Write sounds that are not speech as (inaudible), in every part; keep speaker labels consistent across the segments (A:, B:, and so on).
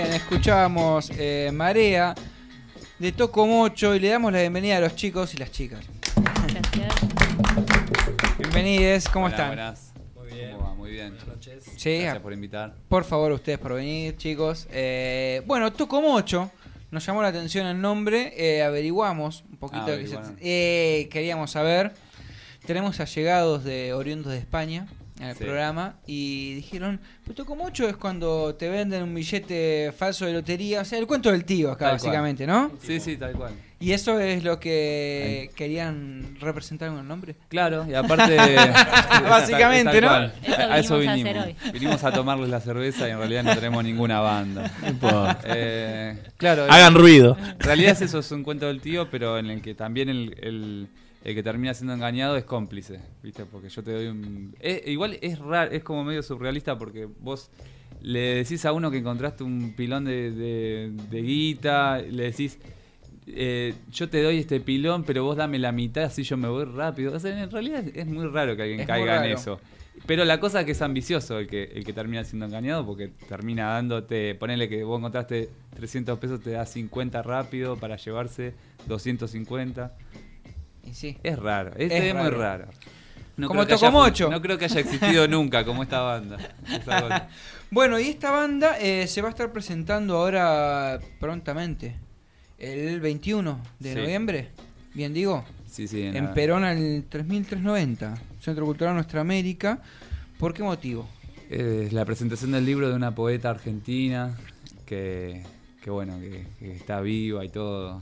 A: escuchábamos eh, Marea de Toco Mocho y le damos la bienvenida a los chicos y las chicas.
B: Gracias.
A: Bienvenides, ¿cómo
C: Hola,
A: están?
C: buenas.
D: Muy bien.
C: ¿Cómo va? Muy bien.
D: Buenas noches.
A: Sí,
C: Gracias
A: a-
C: por invitar.
A: por favor, ustedes por venir, chicos. Eh, bueno, Toco Mocho, nos llamó la atención el nombre, eh, averiguamos un poquito.
C: Ah,
A: de qué se-
C: averiguaron.
A: eh, queríamos saber. Tenemos allegados de oriundos de España en el
C: Sí.
A: programa y dijeron, pues Toco Mocho es cuando te venden un billete falso de lotería, o sea, el cuento del tío acá,
C: Tal cual.
A: básicamente, ¿no?
C: Sí, sí, tal cual.
A: Y eso es lo que querían representar con el nombre.
C: Claro, y
A: (laughs)
C: aparte. (laughs)
A: Básicamente,
C: tal
A: ¿no?
C: cual.
B: Eso
C: A- a eso
B: vinimos a
C: vinimos.
B: hacer
C: Vinimos a tomarles la cerveza y en realidad no tenemos ninguna
A: (laughs)
C: banda.
E: importa.
C: Eh, claro,
A: Ah.
E: Hagan ruido.
C: en realidad es eso, es un cuento del tío, pero en el que también el, el- el que termina siendo engañado es cómplice, ¿viste? Porque yo te doy un... eh, igual es raro, es como medio surrealista porque vos le decís a uno que encontraste un pilón de, de- de guita, le decís... eh, yo te doy este pilón, pero vos dame la mitad, así yo me voy rápido. O sea, en realidad es muy raro que alguien
A: Es muy
C: caiga en
A: raro.
C: eso. Pero la cosa es que es ambicioso el que, el que termina siendo engañado, porque termina dándote, ponele que vos encontraste 300 pesos, te da 50 rápido para llevarse 250.
A: Y sí.
C: Es raro, es,
A: Es
C: es muy
A: raro.
C: raro.
A: Como
C: creo que haya
A: Tocomocho.
C: fun- No creo que haya existido nunca como esta banda. Es algo-
A: Bueno, y esta banda eh, se va a estar presentando ahora prontamente, el 21 de
C: Sí. ah.
A: noviembre, bien digo,
C: Sí, sí,
A: en
C: nada.
A: Perón al 3390, Centro Cultural Nuestra América. ¿Por qué motivo?
C: Eh, la presentación del libro de una poeta argentina que, que bueno, que, que está viva y todo.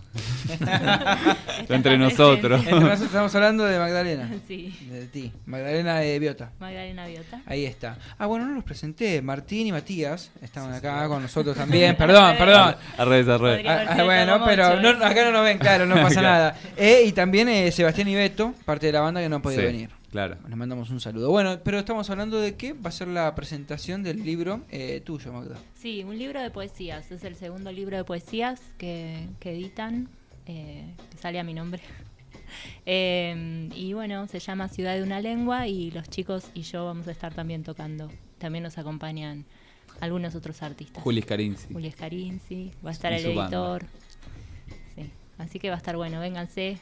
C: está entre nosotros.
A: Entre nosotros estamos hablando de Magdalena,
B: (laughs) Sí,
A: de ti, Magdalena de Biota.
B: Magdalena Biota.
A: Ahí está. Ah, bueno, no los presenté. Martín y Matías estaban acá con nosotros también.
C: (laughs)
A: Perdón, perdón.
C: Al revés, al revés.
B: Podría
A: Ah,
B: haber
A: ah,
B: sido
A: bueno,
B: Tomo
A: pero
B: Mocho,
A: no-
B: ¿viste?
A: acá no nos ven, claro, no pasa
C: (laughs) Claro.
A: nada. Eh, y también eh, Sebastián y Beto, parte de la banda que no han podido
C: Sí,
A: venir.
C: Claro.
A: Les mandamos un saludo. Bueno, pero estamos hablando de que va a ser la presentación del libro eh, tuyo, Magda.
B: Sí, un libro de poesías. Es el segundo libro de poesías que, que editan, eh, que sale a mi nombre. (laughs) Eh, y bueno, se llama Ciudad de una Lengua y los chicos y yo vamos a estar también tocando. También nos acompañan algunos otros artistas.
C: Juli Scarinzi.
B: Juli Scarinzi, va a estar
C: Y
B: el
C: su banda.
B: editor. Sí, Así que va a estar bueno, vénganse,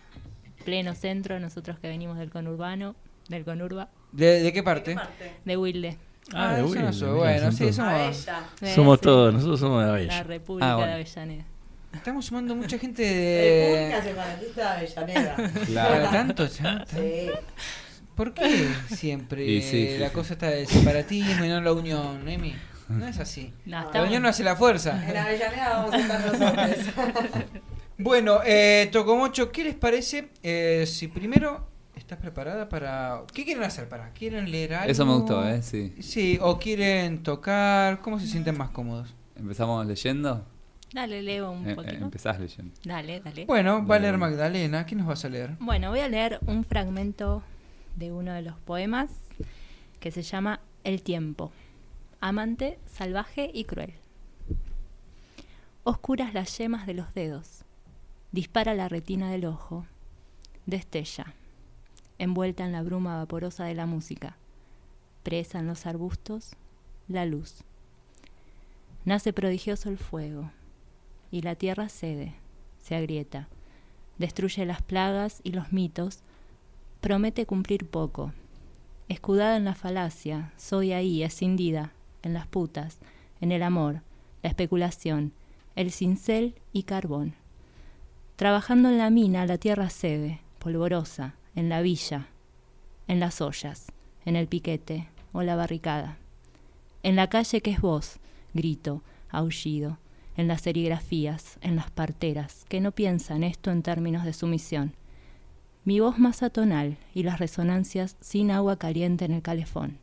B: pleno centro, nosotros que venimos del conurbano, del conurba,
A: ¿De, de qué parte?
B: de Wilde.
E: Ah, de
A: eso no
E: Wilde,
A: sé.
E: mira,
A: Bueno, sí,
E: son
A: somos,
B: Eh,
E: Somos
B: sí,
E: todos, nosotros somos de
B: La
E: Abella.
B: República
C: Ah, bueno.
B: de Avellaneda.
A: estamos sumando mucha gente (laughs)
F: República
A: de...
F: Separatista de Avellaneda.
A: Eh, (laughs) Claro, tanto, ya, tan-
F: Sí.
A: ¿Por qué siempre
C: Y sí, sí,
A: la
C: sí.
A: cosa está del separatismo y no la unión, Emi? No es así.
C: Ah,
B: No,
A: La
B: estamos-
A: unión no hace la fuerza.
F: En Avellaneda vamos a estar nosotros.
A: Bueno, eh, Tocomocho, ¿qué les parece? Eh, si primero estás preparada para... ¿Qué quieren hacer? para? ¿Quieren leer algo?
C: Eso me gustó, ¿eh? Sí.
A: Sí, o quieren tocar, ¿cómo se sienten más cómodos?
C: ¿Empezamos leyendo?
B: Dale, leo un
C: Eh, eh,
B: poquito.
C: empezás leyendo.
B: Dale, dale. Bueno.
A: Bueno, va a leer
C: Dale.
A: Magdalena, ¿qué nos vas a leer?
B: voy a leer un fragmento de uno de los poemas que se llama El tiempo. Amante, salvaje y cruel. Oscuras las yemas de los dedos. Dispara la retina del ojo. Destella. Envuelta en la bruma vaporosa de la música. Presa en los arbustos. La luz. Nace prodigioso el fuego. y la tierra cede, se agrieta, destruye las plagas y los mitos, promete cumplir poco. Escudada en la falacia, soy ahí, escindida, en las putas, en el amor, la especulación, el cincel y carbón. Trabajando en la mina, la tierra cede, polvorosa, en la villa, en las ollas, en el piquete o la barricada. En la calle que es vos, grito, aullido, en las serigrafías, en las parteras, que no piensan esto en términos de sumisión. Mi voz más atonal y las resonancias sin agua caliente en el calefón.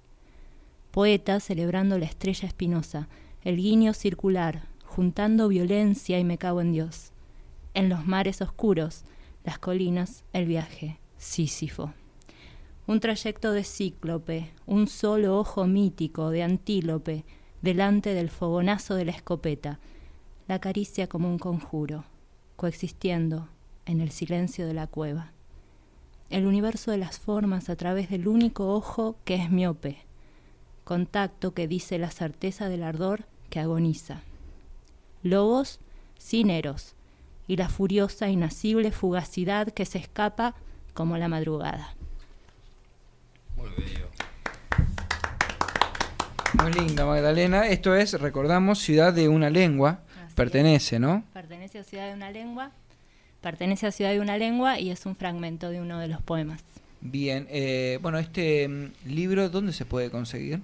B: Poeta celebrando la estrella espinosa, el guiño circular, juntando violencia y me cago en Dios. En los mares oscuros, las colinas, el viaje, Sísifo. Un trayecto de cíclope, un solo ojo mítico de antílope, delante del fogonazo de la escopeta, la caricia como un conjuro, coexistiendo en el silencio de la cueva. El universo de las formas a través del único ojo que es miope, contacto que dice la certeza del ardor que agoniza. lobos cineros y la furiosa, inacible fugacidad que se escapa como la madrugada.
D: Muy bello.
A: Muy linda, Magdalena. Esto es, recordamos, Ciudad de una Lengua.
B: Así
A: Pertenece, ¿no?
B: Pertenece a Ciudad de una Lengua. Pertenece a Ciudad de una Lengua y es un fragmento de uno de los poemas.
A: Bien. eh, bueno, este mm, libro, ¿dónde se puede
B: (laughs)
A: conseguir?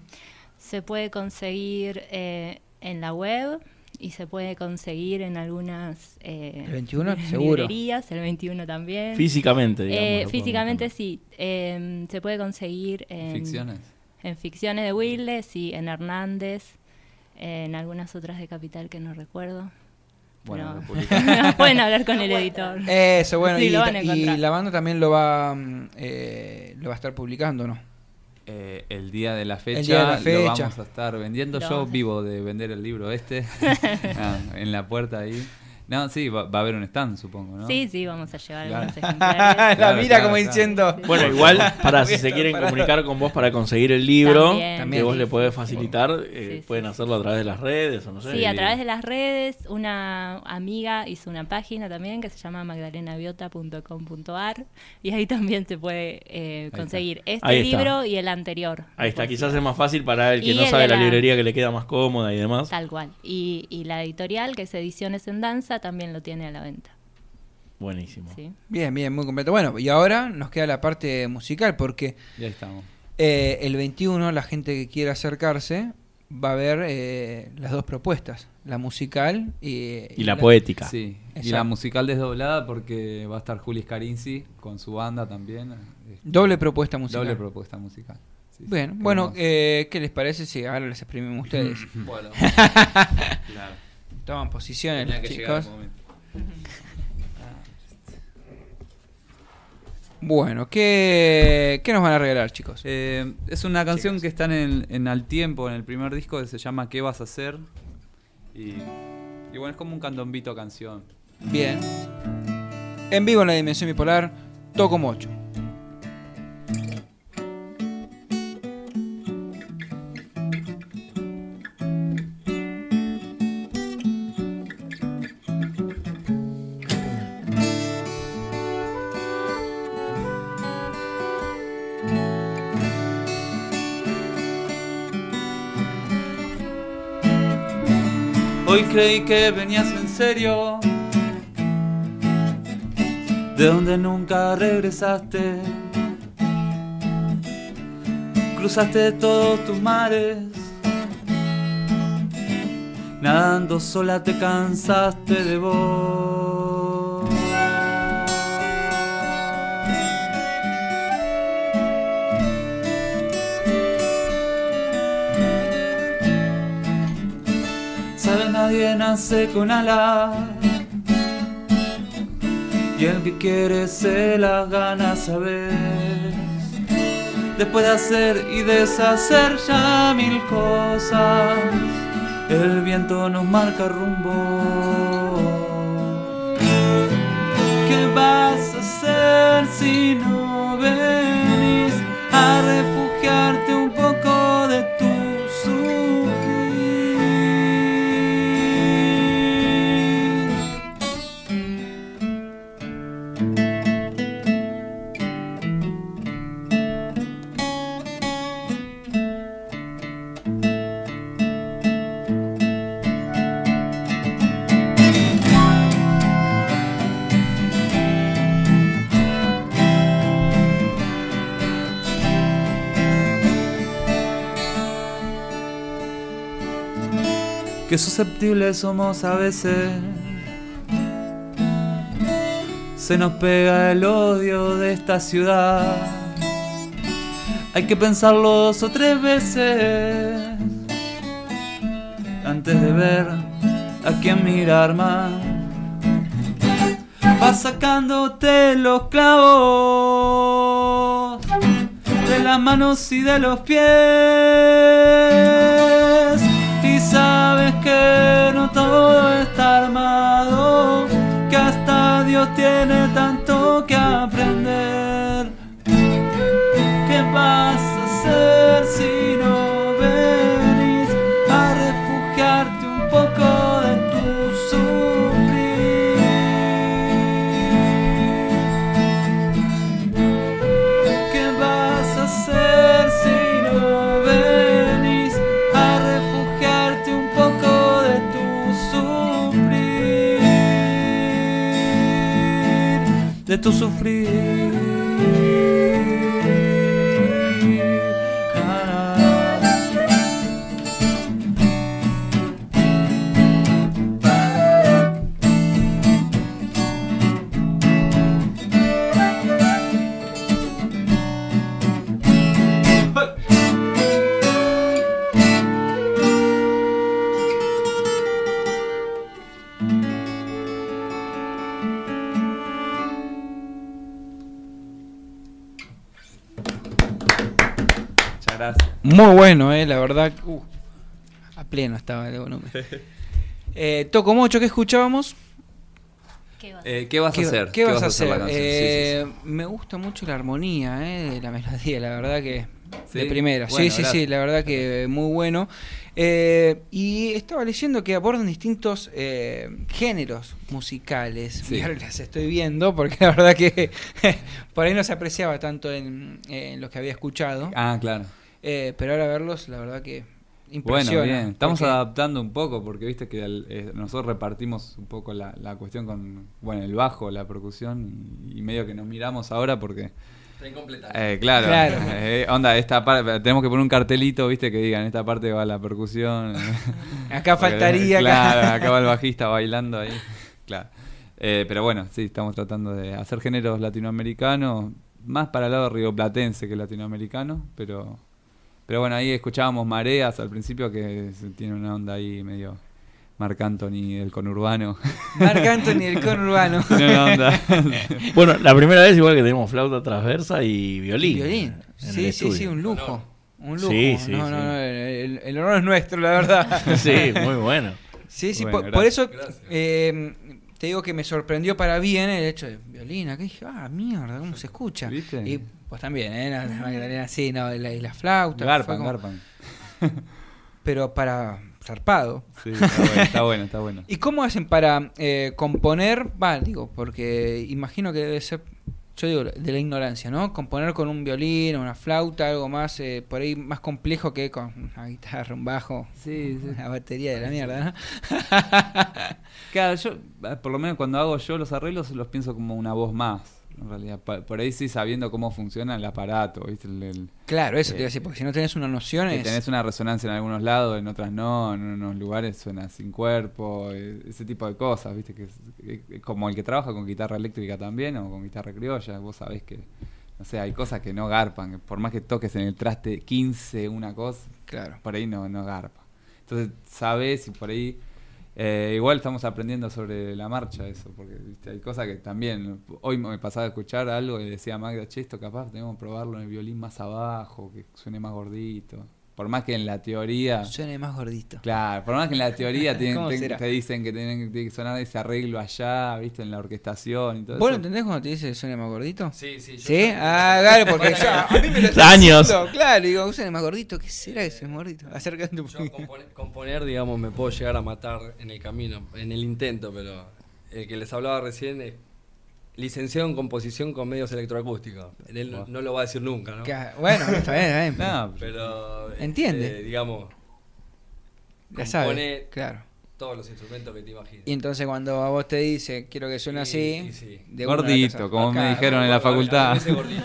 B: Se puede conseguir eh, en la web y se puede conseguir en algunas eh,
A: El
B: (laughs)
A: 21, seguro.
B: librerías, el 21 también.
D: Físicamente, digamos.
B: Eh,
D: lo podemos
B: físicamente
D: entender.
B: sí, eh, se puede conseguir en
C: Ficciones.
B: en Ficciones de Wilde, sí, en Hernández, en algunas otras de Capital que no recuerdo.
C: Bueno,
B: Pero-
C: lo publicamos.
B: (laughs) pueden hablar con el editor.
A: Eso, bueno,
B: Sí,
A: y,
B: lo van a
A: y
B: encontrar.
A: la banda también lo va, mm, eh, lo va a estar publicando, ¿no?
C: Eh, el día de la fecha,
A: El día de la
C: lo
A: fecha.
C: vamos a estar vendiendo.
B: Lo
C: Yo
B: vamos a-
C: vivo de vender el
B: (laughs)
C: libro este (laughs) Ah, en la puerta ahí. No, sí, va, va a haber un stand, supongo, ¿no?
B: Sí, sí, vamos a llevar
C: Claro.
B: algunos ejemplares.
A: Ah, la
C: Claro,
A: mira
C: claro,
A: como
C: claro.
A: diciendo.
D: Bueno,
B: (laughs)
D: igual, para si se quieren comunicar con vos para conseguir el libro,
B: También.
D: que
A: También.
D: vos le podés facilitar, eh,
B: Sí, sí,
D: pueden
B: sí.
D: hacerlo a través de las redes o no sé.
B: Sí, a través de las redes, una amiga hizo una página también que se llama magdalenaviota.com.ar y ahí también se puede eh,
C: está.
B: conseguir este
D: Ahí está.
B: libro y el anterior.
D: Ahí está,
B: Por
D: quizás
B: si-
D: es más fácil para el que
B: Y
D: no
B: el
D: sabe
B: de
D: la
B: la-
D: librería que le queda más cómoda y demás.
B: Tal cual. Y, y la editorial, que es Ediciones en Danza, también lo tiene a la venta.
D: Buenísimo.
B: ¿sí?
A: Bien, bien, muy completo. Bueno, y ahora nos queda la parte musical, porque
C: Ya estamos.
A: eh, el 21, la gente que quiera acercarse va a ver eh, las dos propuestas: la musical y,
D: Y la poética.
C: Sí, y
A: Exacto.
C: la musical desdoblada porque va a estar Juli Scarinzi con su banda también. Este,
A: Doble propuesta musical.
C: doble propuesta musical. Sí, sí,
A: Bien,
C: qué
A: bueno,
C: hermoso.
A: eh, ¿qué les parece si ahora les exprimimos
C: (laughs)
A: ustedes? (laughs)
E: Bueno. claro.
A: Toman posiciones,
E: Tenía que llegar el
A: chicos.
E: momento.
A: Bueno, ¿qué, ¿qué nos van a regalar, chicos?
C: Eh, es una canción que está en, en Al Tiempo, en el primer disco, que se llama ¿Qué vas a hacer? Y, y bueno, es como un candombito canción.
A: Bien. En vivo en la dimensión bipolar, toco mocho.
C: Hoy creí que venías en serio, de donde nunca regresaste. Cruzaste todos tus mares, nadando sola te cansaste de vos. Sabes, nadie nace con alas. Y el que quiere se las gana, sabes. Después de hacer y deshacer ya mil cosas, el viento nos marca rumbo. ¿Qué vas a hacer si no venís a refugiarte un poco de tu sufrir? que susceptibles somos a veces. Se nos pega el odio de esta ciudad. Hay que pensarlo dos o tres veces antes de ver a quién mirar más. Vas sacándote los clavos de las manos y de los pies. Y sabes que no todo está armado, que hasta Dios tiene tanto que aprender. ¿Qué vas a hacer si no venís a refugiarte un poco de tu
G: tu sufrir.
C: Muchas gracias.
A: Muy bueno, eh, la verdad. uh, a pleno estaba el
C: (laughs)
A: volumen. Eh, Toco Mocho, ¿qué escuchábamos?
B: ¿Qué va?
C: Eh, ¿Qué vas
A: ¿Qué,
C: a hacer?
A: qué vas a
C: la
A: hacer?
C: canción? Sí,
A: Eh,
C: sí, sí.
A: Me gusta mucho la armonía eh, de la (laughs) melodía, la verdad que. De
C: ¿Sí?
A: primera, sí,
C: Bueno,
A: sí, sí,
C: gracias.
A: la verdad que muy bueno. Eh, y estaba leyendo que abordan distintos eh, géneros musicales.
C: Sí.
A: Y ahora las estoy viendo porque la verdad que (laughs) por ahí no se apreciaba tanto en, en los que había escuchado.
C: Ah, claro.
A: Eh, pero ahora verlos, la verdad que impresiona.
C: Bueno, bien. Estamos
A: porque-
C: adaptando un poco porque viste que al- eh, nosotros repartimos un poco la, la cuestión con bueno el bajo, la percusión y, y medio que nos miramos ahora porque
E: Está incompletado.
C: eh, claro,
A: Claro.
C: eh, onda esta parte tenemos que poner un cartelito viste que digan esta parte va la
A: (laughs)
C: percusión.
A: Acá
C: Porque,
A: faltaría. (laughs)
C: Claro,
A: acá-
C: (laughs) acaba el bajista bailando ahí. Claro. Eh, pero bueno, sí, estamos tratando de hacer géneros latinoamericanos, más para el lado rioplatense que latinoamericano, pero pero bueno, ahí escuchábamos Mareas al principio que se- tiene una onda ahí medio Marc Anthony del conurbano. (laughs)
A: Marc Anthony, el conurbano.
C: Tiene una onda.
D: Bueno, la primera vez igual que tenemos flauta transversa y violín.
A: Violín.
D: en
A: Sí,
D: el
A: sí, sí,
D: estudio.
A: un lujo. Un lujo.
D: Sí, sí,
A: no, no,
D: sí.
A: no, el, el honor es nuestro, la verdad. (laughs)
C: (laughs)
D: (laughs) Sí, muy bueno.
A: Sí, sí, por,
C: Bueno, gracias.
A: por eso
E: Gracias.
A: eh, te digo que me sorprendió para bien el hecho de violina, que dije, ah, mierda, ¿cómo se escucha?
C: ¿Viste?
A: Y pues también, ¿eh? La, la Magdalena, sí, no, y la, y la flauta. fue
C: (laughs) Garpan,
A: como-
C: garpan.
A: Pero para zarpado.
C: Sí, está bueno, está bueno, está bueno.
A: ¿Y cómo hacen para eh, componer? Va, digo, porque imagino que debe ser, yo digo, de la ignorancia, ¿no? Componer con un violín, una flauta, algo más, eh, por ahí más complejo que con una guitarra, un bajo,
C: Sí,
A: una batería de la mierda, ¿no?
C: Claro, yo, eh, por lo menos cuando hago yo los arreglos, los pienso como una voz más. En realidad, Pa- por ahí sí sabiendo cómo funciona el aparato, ¿viste? El- el-
A: (laughs) Claro, eso te iba a decir, porque si no tenés una noción
C: que
A: es...
C: tenés una resonancia en algunos lados, en otras no, en unos lugares suena sin cuerpo, eh, ese tipo de cosas, ¿viste? Que es- que- que- como el que trabaja con guitarra eléctrica también o con guitarra criolla, vos sabés que, no sé, hay cosas que no garpan, que por más que toques en el traste 15 una cosa,
A: Claro.
C: por ahí no, no garpa. Entonces, sabes y por ahí. eh, igual estamos aprendiendo sobre la marcha eso, porque ¿viste? hay cosas que también. Hoy me pasaba a escuchar algo y decía Magda, che, esto capaz tenemos que probarlo en el violín más abajo, que suene más gordito. Por más que en la teoría.
A: Suene más gordito.
C: Claro, por más que en
A: (laughs)
C: la teoría tienen-
A: ¿Cómo
C: te,
A: será?
C: te dicen que tienen- tiene que sonar ese arreglo allá, viste, en la orquestación y todo
A: ¿Vos lo
C: eso.
A: entendés cuando te dice que suene más gordito?
E: Sí, sí. yo-
A: ¿Sí?
E: (laughs) yo-
A: Ah, claro, porque yo, a mí me lo están
D: Años.
A: diciendo, Claro, digo, suene más gordito, ¿qué será que suene más gordito? Acércate un
E: Yo
A: poquito.
E: compone- componer, digamos, me puedo llegar a matar en el camino, en el intento, pero el que les hablaba recién es licenciado en composición con medios electroacústicos. Él no- no lo va a decir nunca, ¿no?
A: Claro, Bueno, está bien, está bien.
C: (laughs) No, pues, pero-
E: Pero. este,
A: Entiende.
E: digamos,
A: Ya sabes.
E: compone-
A: Claro.
E: todos los instrumentos que te imaginas.
A: Y entonces cuando a vos te dice, quiero que suene
E: Y-
A: así,
E: y sí.
A: de una la
C: Gordito,
A: casa.
C: como me
A: Acá,
C: dijeron en la
E: Bueno, a-
C: facultad.
E: a veces (laughs) gordito.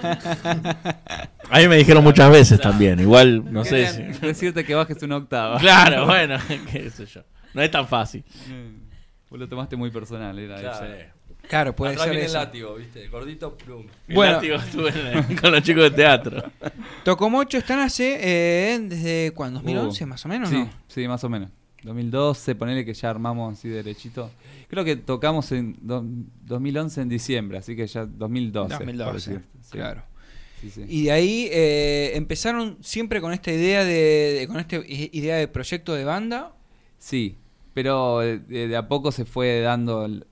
D: A mí me dijeron muchas veces también. Igual, no sé. si-
C: Decirte que bajes una
D: Ah.
C: octava.
D: (laughs) Claro, bueno, qué sé yo. No es tan fácil.
C: Mm. Vos lo tomaste muy personal, era
E: Claro.
C: eso.
A: Claro, puede
E: Atrás
A: ser
E: viene el
A: eso.
E: látigo, ¿viste? Gordito, plum.
D: El
A: Bueno.
D: látigo estuve en el- con los chicos de teatro.
A: Tocomocho están hace, eh, ¿desde cuándo? ¿2011
C: Uh,
A: más o menos?
C: Sí,
A: ¿no?
C: sí, más o menos. 2012, ponele que ya armamos así derechito. Creo que tocamos en do- 2011 en diciembre, así que ya 2012. por
A: 2012,
C: decirte. Sí,
A: claro.
C: sí, sí.
A: Y de ahí eh, empezaron siempre con esta idea de, de- con esta i- idea de proyecto de banda.
C: Sí, pero eh, de, de a poco se fue dando. l-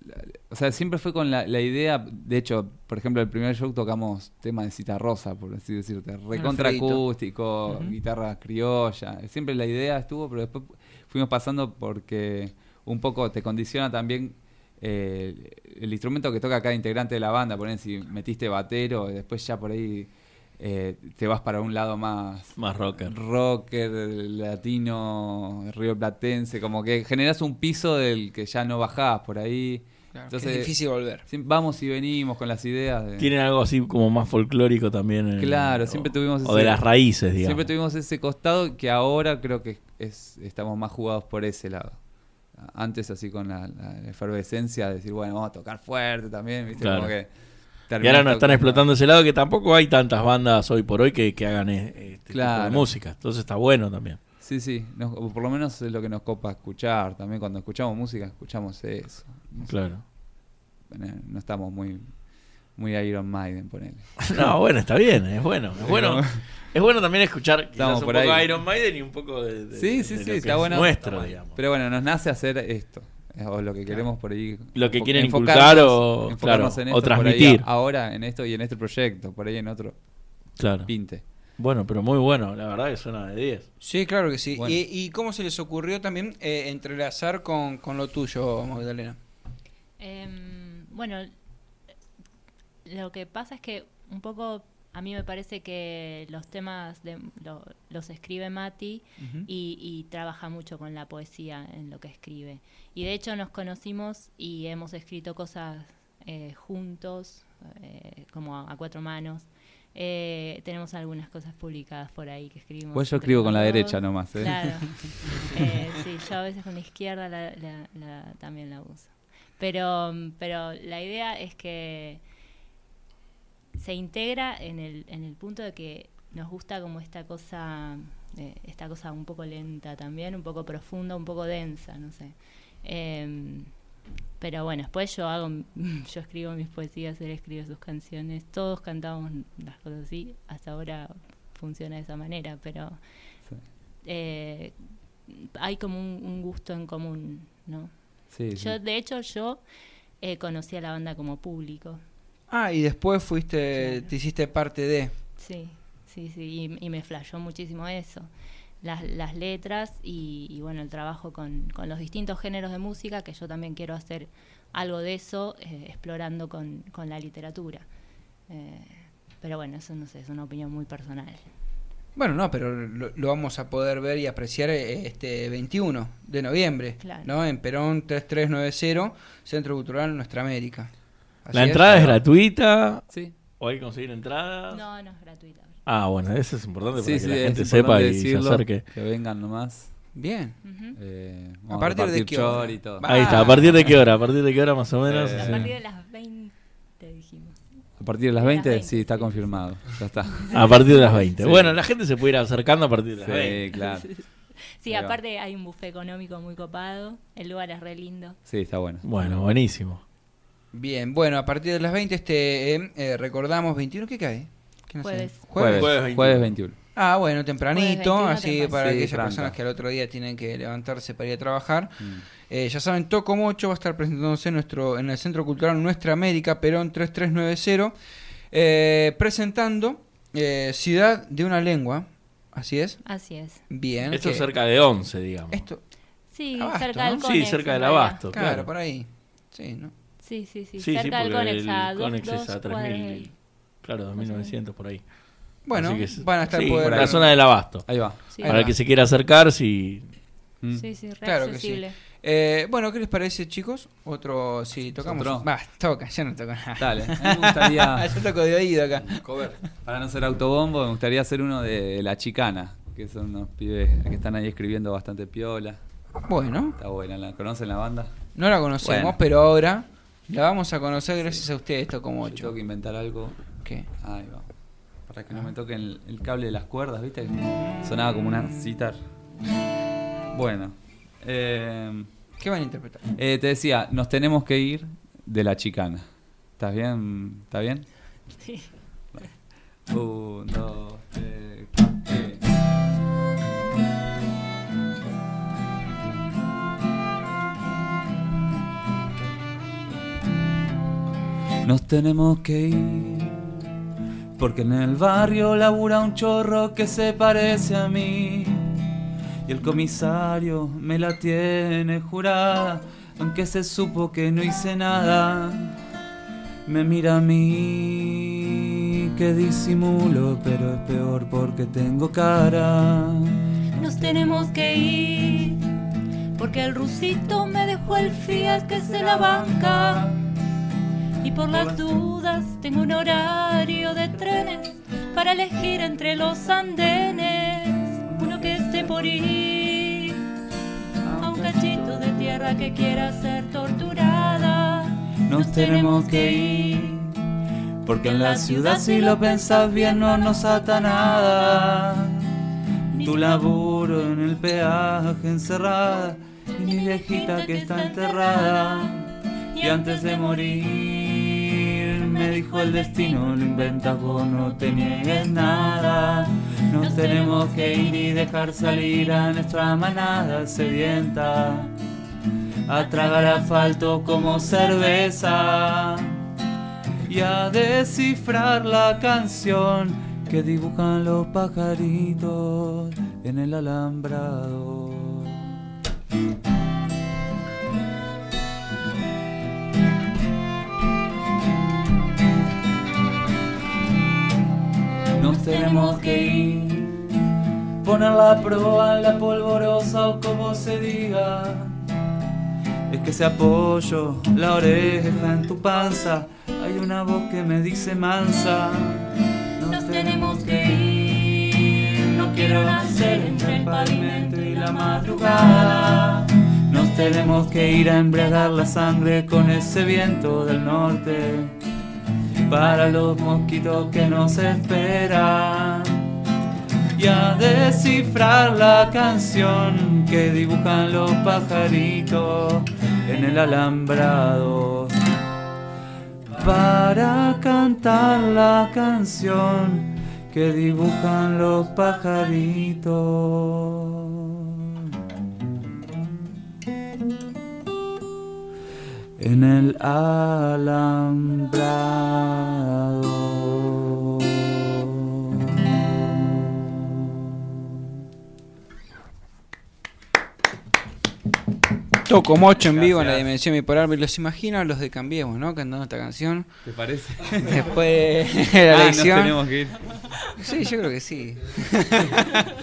C: O sea, siempre fue con la, la idea. De hecho, por ejemplo, el primer show tocamos tema de cita rosa, por así decirte. Recontra
A: Alfredito.
C: acústico,
A: Ujú.
C: guitarra criolla. Siempre la idea estuvo, pero después fuimos pasando porque un poco te condiciona también. eh, el instrumento que toca cada integrante de la banda, ponen si metiste batero, después ya por ahí eh, te vas para un lado más,
D: Más rocker.
C: rocker, latino, rioplatense, como que generas un piso del que ya no bajás por ahí.
A: Claro, que
C: Entonces,
A: es difícil volver.
C: Siem- Vamos y venimos con las ideas. de-
D: Tienen algo así como más folclórico también. en-
C: Claro, siempre
D: o-
C: tuvimos
D: O de
C: ese-
D: las raíces, digamos.
C: Siempre tuvimos ese costado que ahora creo que es, estamos más jugados por ese lado. Antes así con la, la efervescencia de decir, bueno, vamos a tocar fuerte también, ¿viste?
D: Claro.
C: Como que
D: Y ahora nos
C: terminás
D: están
C: tocando-
D: explotando ese lado que tampoco hay tantas bandas hoy por hoy que, que hagan eh, este tipo de
C: Claro.
D: música. Entonces está bueno también.
C: Sí, sí, nos- o por lo menos es lo que nos copa escuchar también. Cuando escuchamos música, escuchamos eso. No, sé,
D: Claro.
C: no- eh, no estamos muy, muy Iron Maiden, ponele.
D: (laughs) No, bueno, está bien, es bueno. Es bueno, es bueno también escuchar quizás
C: Estamos
D: un
C: por
D: poco
C: ahí.
D: Iron Maiden y un poco de, de-
C: Sí,
D: de
C: sí,
D: lo
C: sí,
D: que
C: está
D: es
C: bueno.
D: nuestro,
C: Está
D: digamos.
C: Pero bueno, nos nace hacer esto. eh, O lo que queremos por ahí.
D: Lo que
C: enfo-
D: quieren
C: enfocarnos-
D: inculcar o-
C: enfocarnos
D: claro,
C: en
D: o
C: esto por ahí,
D: transmitir.
C: a- ahora en esto y en este proyecto, por ahí en otro
D: Claro.
C: pinte.
D: Bueno, pero muy bueno, la verdad que suena de 10.
A: Sí, claro que sí.
C: Bueno.
A: ¿Y, y cómo se les ocurrió también eh, entrelazar con, con lo tuyo, Magdalena?
B: Em, bueno, lo que pasa es que un poco a mí me parece que los temas de, lo- los escribe Mati
A: Ujú.
B: y, y trabaja mucho con la poesía en lo que escribe. Y de hecho nos conocimos y hemos escrito cosas eh, juntos, eh, como a, a cuatro manos. Eh, tenemos algunas cosas publicadas por ahí que escribimos.
C: Pues yo
B: entre
C: escribo con la
B: los dos.
C: derecha nomás, ¿eh? (laughs)
B: Claro. Eh, sí, yo a veces con la izquierda la- la- la- también la uso. Pero, mm, pero la idea es que se integra en el, en el punto de que nos gusta como esta cosa, eh, esta cosa un poco lenta también, un poco profunda, un poco densa, no sé. Em, pero bueno, después yo hago, (laughs) yo escribo mis poesías, él escribe sus canciones, todos cantamos las cosas así, hasta ahora funciona de esa manera, pero
C: Sí.
B: eh, hay como un, un gusto en común, ¿no?
C: Sí, sí.
B: Yo, de hecho, yo eh, conocí a la banda como público,
A: Ah, y después fuiste,
B: Claro.
A: te hiciste parte de...
B: sí, sí, sí, y, y me flashó muchísimo eso. Las, las letras y, y, bueno, el trabajo con, con los distintos géneros de música, que yo también quiero hacer algo de eso, eh, explorando con, con la literatura. Eh, pero bueno, eso no sé, es una opinión muy personal.
A: Bueno, no, pero lo, lo vamos a poder ver y apreciar eh, este 21 de noviembre,
B: Claro.
A: ¿no? En Perón 3390, Centro Cultural Nuestra América. Así
D: ¿La entrada es
A: ¿no?
D: gratuita?
C: Sí,
D: ¿O hay que conseguir entradas?
B: No, no es gratuita.
D: Ah, bueno, eso es importante para
C: sí,
D: que
C: sí,
D: la
C: es
D: gente
C: importante
D: sepa y
C: decirlo,
D: se acerque.
C: Que vengan nomás.
A: Bien.
B: Ujú.
C: Eh,
A: ¿A partir de
C: repartir
A: qué hora?
C: chor y todo.
A: Va.
D: Ahí está,
A: Ah.
D: ¿a partir de qué hora? ¿A partir de qué hora más o menos?
C: Eh,
B: A
D: Sí.
B: partir de las 20 dijimos.
C: A partir de las
B: De las
C: 20,
B: 20,
C: sí, está
B: sí,
C: confirmado. Ya está.
D: A partir de las 20.
C: Sí.
D: Bueno, la gente se puede ir acercando a partir de las 20.
C: Sí, claro.
B: Sí,
C: Ahí va.
B: aparte hay un buffet económico muy copado, el lugar es re lindo.
C: Sí, está bueno.
D: Bueno, buenísimo.
A: Bien, bueno, a partir de las 20 este eh, eh, recordamos 21, ¿qué cae? ¿Qué no sé?
B: Jueves.
C: Jueves,
D: Jueves
C: jueves 21.
D: 21.
A: Ah, bueno, tempranito,
B: 21
A: así
B: temprano.
A: para
C: Sí,
A: aquellas
C: tranca.
A: personas que al otro día tienen que levantarse para ir a trabajar.
C: Mm.
A: Eh, ya saben, Tocom 8 va a estar presentándose en, nuestro, en el Centro Cultural Nuestra América, Perón 3390, eh, presentando eh, Ciudad de una Lengua, así es,
B: Así es.
A: bien.
D: Esto
A: que-
D: es cerca de 11, digamos.
A: Esto,
B: Sí,
C: Ah,
A: Abasto,
B: cerca
A: ¿no?
B: del
D: Sí,
B: Conex.
D: cerca
B: en
D: del
B: realidad.
D: Abasto.
A: claro,
D: claro.
A: por ahí, sí, ¿no?
B: Sí, sí, sí,
D: Sí, sí,
B: cerca del
D: porque
B: Conex a
D: el
B: dos,
D: Conex es
B: dos
D: a
B: cuadras
D: 3000.
B: del-
D: Claro, 2900 por ahí.
A: Bueno,
D: Así que es-
A: van a estar
D: sí,
A: poder-
D: por la zona del abasto.
C: Ahí va.
B: Sí,
D: Para
A: va.
D: el que se quiera acercar, si
C: Mm.
B: sí, sí, re
A: Claro que sí.
B: accesible.
A: Eh, bueno, ¿qué les parece, chicos? Otro, si tocamos.
C: Otro.
A: Va, toca, yo no toco nada.
C: Dale. A mí me
A: (laughs)
C: gustaría,
A: yo toco de oído acá.
E: Cover.
C: para no ser autobombo, me gustaría hacer uno de La Chicana, que son unos pibes que están ahí escribiendo bastante piola.
A: Bueno,
C: Está buena, ¿la conocen la banda?
A: no la conocemos,
C: Bueno.
A: pero ahora la vamos a conocer gracias a ustedes, Tocom
C: Yo
A: 8.
C: tengo que inventar algo.
A: ¿Qué?
C: Ahí va. Para que no me toquen el, el cable de las cuerdas, ¿viste? Sonaba como una citar. Bueno. Eh,
A: ¿Qué van a interpretar?
C: Eh, te decía, nos tenemos que ir de la chicana. ¿Estás bien? ¿Está bien?
B: Sí.
C: Un, dos, tres, cuatro. Nos tenemos que ir porque en el barrio labura un chorro que se parece a mí. Y el comisario me la tiene jurada, aunque se supo que no hice nada. Me mira a mí, que disimulo, pero es peor porque tengo cara.
B: Nos tenemos que ir Porque el rusito me dejó el Fiat que se la banca. Y por las dudas tengo un horario de trenes para elegir entre los andenes uno que esté por ir a un cachito de tierra que quiera ser torturada.
C: Nos tenemos que ir. Porque en la ciudad si lo pensás bien no nos ata nada. Ni Tu laburo en el peaje encerrada. Y mi viejita que está enterrada. Y antes de morir me dijo el destino, lo inventas vos, no te niegues nada. Nos tenemos que ir y dejar salir a nuestra manada sedienta. A tragar asfalto como cerveza. Y a descifrar la canción que dibujan los pajaritos en el alambrado. Nos tenemos que ir, poner la proa en la polvorosa o como se diga. Es que se apoyo la oreja en tu panza, hay una voz que me dice mansa.
B: Nos tenemos que ir, no quiero nacer entre el pavimento y la madrugada.
C: Nos tenemos que ir a embriagar la sangre con ese viento del norte. Para los mosquitos que nos esperan. Y a descifrar la canción que dibujan los pajaritos en el alambrado. Para cantar la canción que dibujan los pajaritos. en el alambrado.
A: Toco mocho en vivo en la dimensión bipolar. Me los imagino a los de Cambiemos, ¿no? Cantando esta (laughs) canción.
E: ¿Te parece?
A: Después
E: (laughs)
A: de
E: Ah,
A: la
E: nos
A: elección.
E: tenemos que ir.
A: Sí, yo creo que
E: (laughs)
A: sí.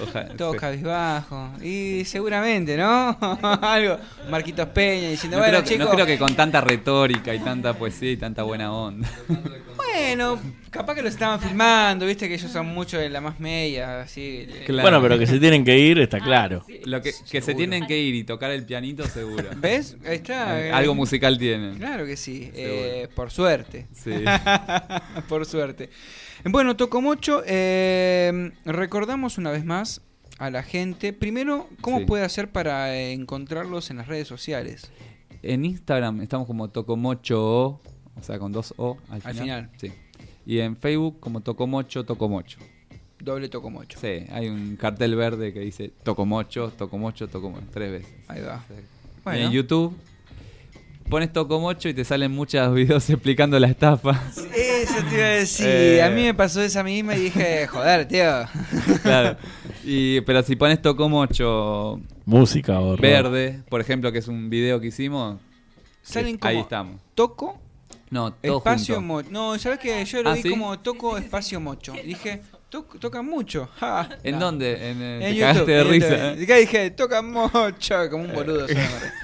E: Ojalá.
A: Todos cabizbajo. Y seguramente, ¿no? (laughs) Algo. Marquitos Peña diciendo,
E: No,
A: bueno,
E: creo que, no
A: chicos.
E: creo que con tanta retórica y tanta poesía y tanta buena onda. (laughs)
A: Bueno, capaz que los estaban filmando, viste que ellos son mucho de la más media, así.
E: Claro.
D: Bueno, pero que se tienen que ir,
B: Ah,
D: está claro.
E: Lo que, que se tienen que ir y tocar el pianito seguro.
A: ¿Ves? Ahí está. eh.
E: Algo musical tienen.
A: Claro que sí.
E: Seguro.
A: eh, por suerte. (laughs)
E: Sí.
A: Por suerte. Bueno, Tocomocho, eh, recordamos una vez más a la gente, primero, cómo
E: Sí.
A: puede hacer para eh, encontrarlos en las redes sociales.
E: En Instagram estamos como Tocomocho O, o sea, con dos O al final.
A: Al final.
E: Sí. Y en Facebook como Tocomocho, Tocomocho.
A: Doble Tocomocho.
E: Sí, hay un cartel verde que dice Tocomocho, Tocomocho, Tocomocho, tres veces.
A: Ahí va.
E: Sí. Y
A: Bueno.
E: en YouTube pones Tocomocho y te salen muchos videos (laughs) explicando
A: (laughs)
E: la estafa.
A: Eso te iba a decir.
E: Eh.
A: A mí me pasó esa misma y dije, (laughs) joder, tío.
E: claro. Y, pero si pones Tocomocho
D: Música, o rock.
E: verde, por ejemplo, que es un video que hicimos,
A: Salen como
E: ahí estamos.
A: Toco,
E: No, todo
A: espacio
E: junto.
A: mocho. No, ¿sabes que Yo lo
E: Ah,
A: vi
E: ¿sí?
A: como Toco, espacio mocho. Y dije, "Toc- toca mucho. ja".
E: ¿En
A: No.
E: dónde? En, el
A: En
E: te
A: YouTube,
E: cagaste de
A: en YouTube.
E: risa. ¿eh?
A: Y acá dije, toca mocho, como un boludo.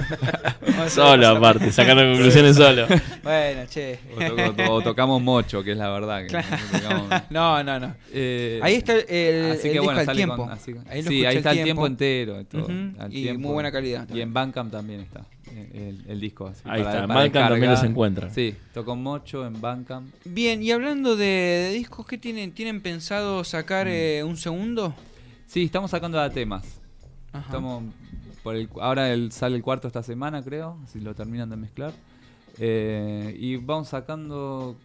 A: solamente.
D: Solo, aparte, sacando conclusiones
H: (laughs)
D: solo.
A: Bueno, che.
E: O, toco- o tocamos mocho, que es la verdad. que no tocamos-
A: (laughs) No, no, no.
E: Eh,
A: Ahí está el,
E: así
A: el
E: que
A: disco
E: bueno,
A: al
E: sale
A: tiempo.
E: con- así que-
A: ahí lo
E: sí,
A: escuché
E: ahí
A: al
E: está el tiempo entero. todo,
A: Ujú,
E: al
A: y
E: tiempo.
A: muy buena calidad.
E: Y en Bandcamp también está eh, el, el disco. así,
D: Ahí
E: para-
D: está, en
E: para
D: Bandcamp también
E: descargar.
D: los encuentran.
E: Sí, tocó mocho en Bandcamp.
A: Bien, y hablando de, de discos, ¿qué tienen? ¿Tienen pensado
E: Mm.
A: sacar eh, un segundo?
E: Sí, estamos sacando a temas.
A: Ajá.
E: Estamos por el, cu- ahora el- sale el cuarto esta semana, creo, si lo terminan de mezclar. Eh, y vamos sacando.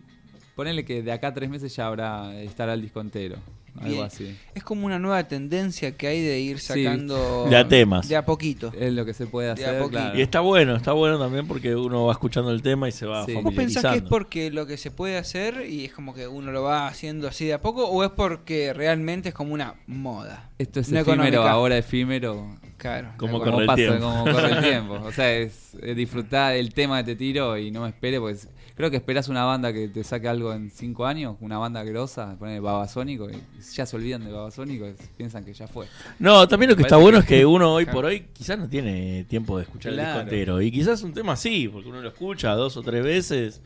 E: Ponele que de acá a tres meses ya habrá estará el disco entero. Algo
A: Bien.
E: así.
A: Es como una nueva tendencia que hay de ir
E: Sí.
A: sacando.
D: (laughs) De a temas.
A: De a poquito.
E: Es lo que se puede
A: a
E: hacer.
A: poquito.
E: claro.
D: Y está bueno, está bueno también porque uno va escuchando el tema y se va
E: Sí.
A: ¿Vos pensás que es
D: familiarizando.
A: porque lo que se puede hacer y es como que uno lo va haciendo así de a poco o es porque realmente es como una moda?
E: Esto es
A: No
E: efímero,
A: económica.
E: ahora efímero.
A: Claro.
D: Como
A: tal
D: corre
A: cual.
D: el tiempo. (laughs)
E: como corre el tiempo. O sea, es, eh, disfrutar el tema que te tiro y no me espere, porque es- creo
H: Creo que esperás una banda que te saque algo en cinco años, una banda grosa, poner Babasónico, y ya se olvidan de Babasónico, y piensan que ya fue.
D: No, también lo que está
H: Parece
D: bueno
H: que-
D: es que uno hoy
H: Claro.
D: por hoy quizás no tiene tiempo de escuchar el disco
H: Claro.
D: entero. Y quizás un tema sí, porque uno lo escucha dos o tres veces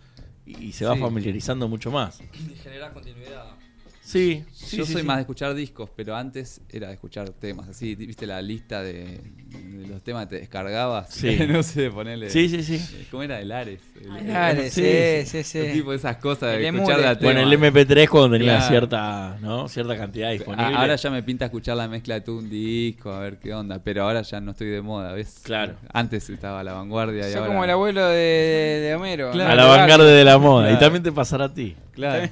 D: y se va
H: Sí.
D: familiarizando mucho más.
E: Y generás continuidad.
D: Sí, sí,
H: Yo
D: sí,
H: soy
D: sí.
H: más de escuchar discos, pero antes era de escuchar temas. Así, viste la lista de, de los temas que te descargabas.
D: Sí.
H: (laughs) no sé, ponele. Eh,
D: Sí, sí, sí.
H: ¿Cómo era? El Ares. El, E
B: Ah,
H: el-
A: Dale,
D: Sí,
A: sí, sí, sí.
H: el tipo de esas cosas de
A: El
H: escuchar
A: emule.
H: la
D: Bueno,
H: tema.
D: el MP3 cuando tenía
H: Claro.
D: cierta, ¿no? cierta cantidad disponible.
H: A- Ah, Ahora ya me pinta escuchar la mezcla de todo un disco, a ver qué onda. Pero ahora ya no estoy de moda, ¿ves?
D: Claro.
H: Antes estaba a la vanguardia. y
A: Sos
H: ahora
A: como el
H: no.
A: abuelo de, de Homero.
H: Claro.
D: a la vanguardia de la moda. Y
H: Claro.
D: también te pasará a ti.
A: (laughs)
H: Claro.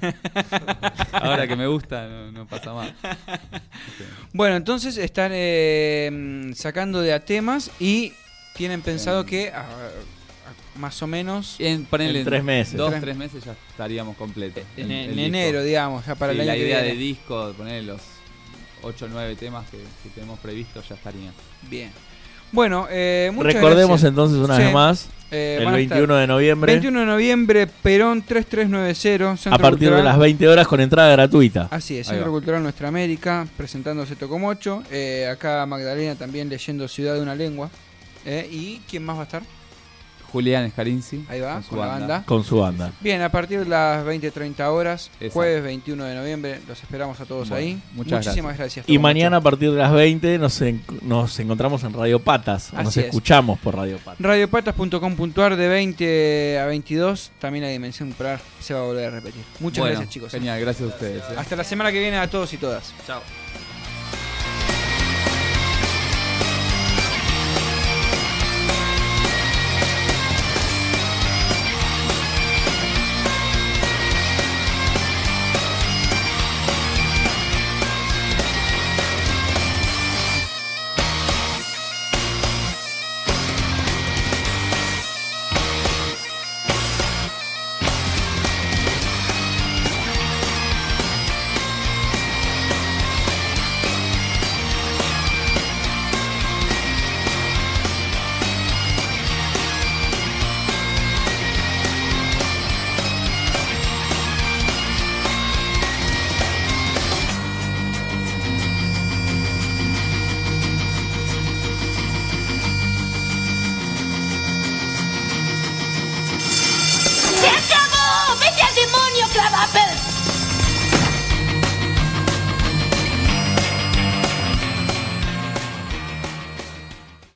H: ahora que me gusta, no, no pasa más.
A: Bueno, entonces están eh, sacando de a temas y tienen
H: Mm.
A: pensado que ah, ah, más o menos
H: En, ponele,
D: En tres meses.
H: Dos,
A: Tres-
H: tres meses ya estaríamos completos.
A: en,
H: el- el
A: en
H: disco.
A: enero, digamos, ya para
H: Sí,
A: el año
H: la
A: que
H: idea de
A: viene.
H: disco, de poner los 8 o 9 temas que, que tenemos previstos, ya estaría.
A: Bien. Bueno, eh, muchas
D: Recordemos
A: gracias.
D: entonces una
A: Sí.
D: vez más,
A: Eh,
D: el
A: van a estar
D: 21 de noviembre,
A: 21 de noviembre, Perón 3390. Centro
D: a partir de
A: Cultural.
D: las 20 horas con entrada gratuita.
A: Así es,
H: Ahí
A: Centro
H: va.
A: Cultural Nuestra América, presentándose Tocomocho. Eh, acá Magdalena también leyendo Ciudad de una Lengua. Eh, ¿Y quién más va a estar?
H: Julián Escarinci.
A: Ahí va,
H: con su
A: con la banda.
D: Con su banda.
A: Bien, a partir de las 20-30 horas,
H: Exacto.
A: jueves 21 de noviembre, los esperamos a todos
H: Bueno,
A: ahí.
H: muchas
A: Muchísimas gracias.
D: Y
A: Tocomocho.
D: mañana a partir de las 20 nos, en- nos encontramos en Radio Patas. o nos
A: Así es.
D: escuchamos por Radio Patas.
A: Radiopatas.com.ar de 20 a 22. También la dimensión plural se va a volver a repetir. Muchas
H: Bueno,
A: gracias, chicos.
H: Genial, gracias a ustedes. eh.
A: Hasta la semana que viene a todos y todas.
E: Chao.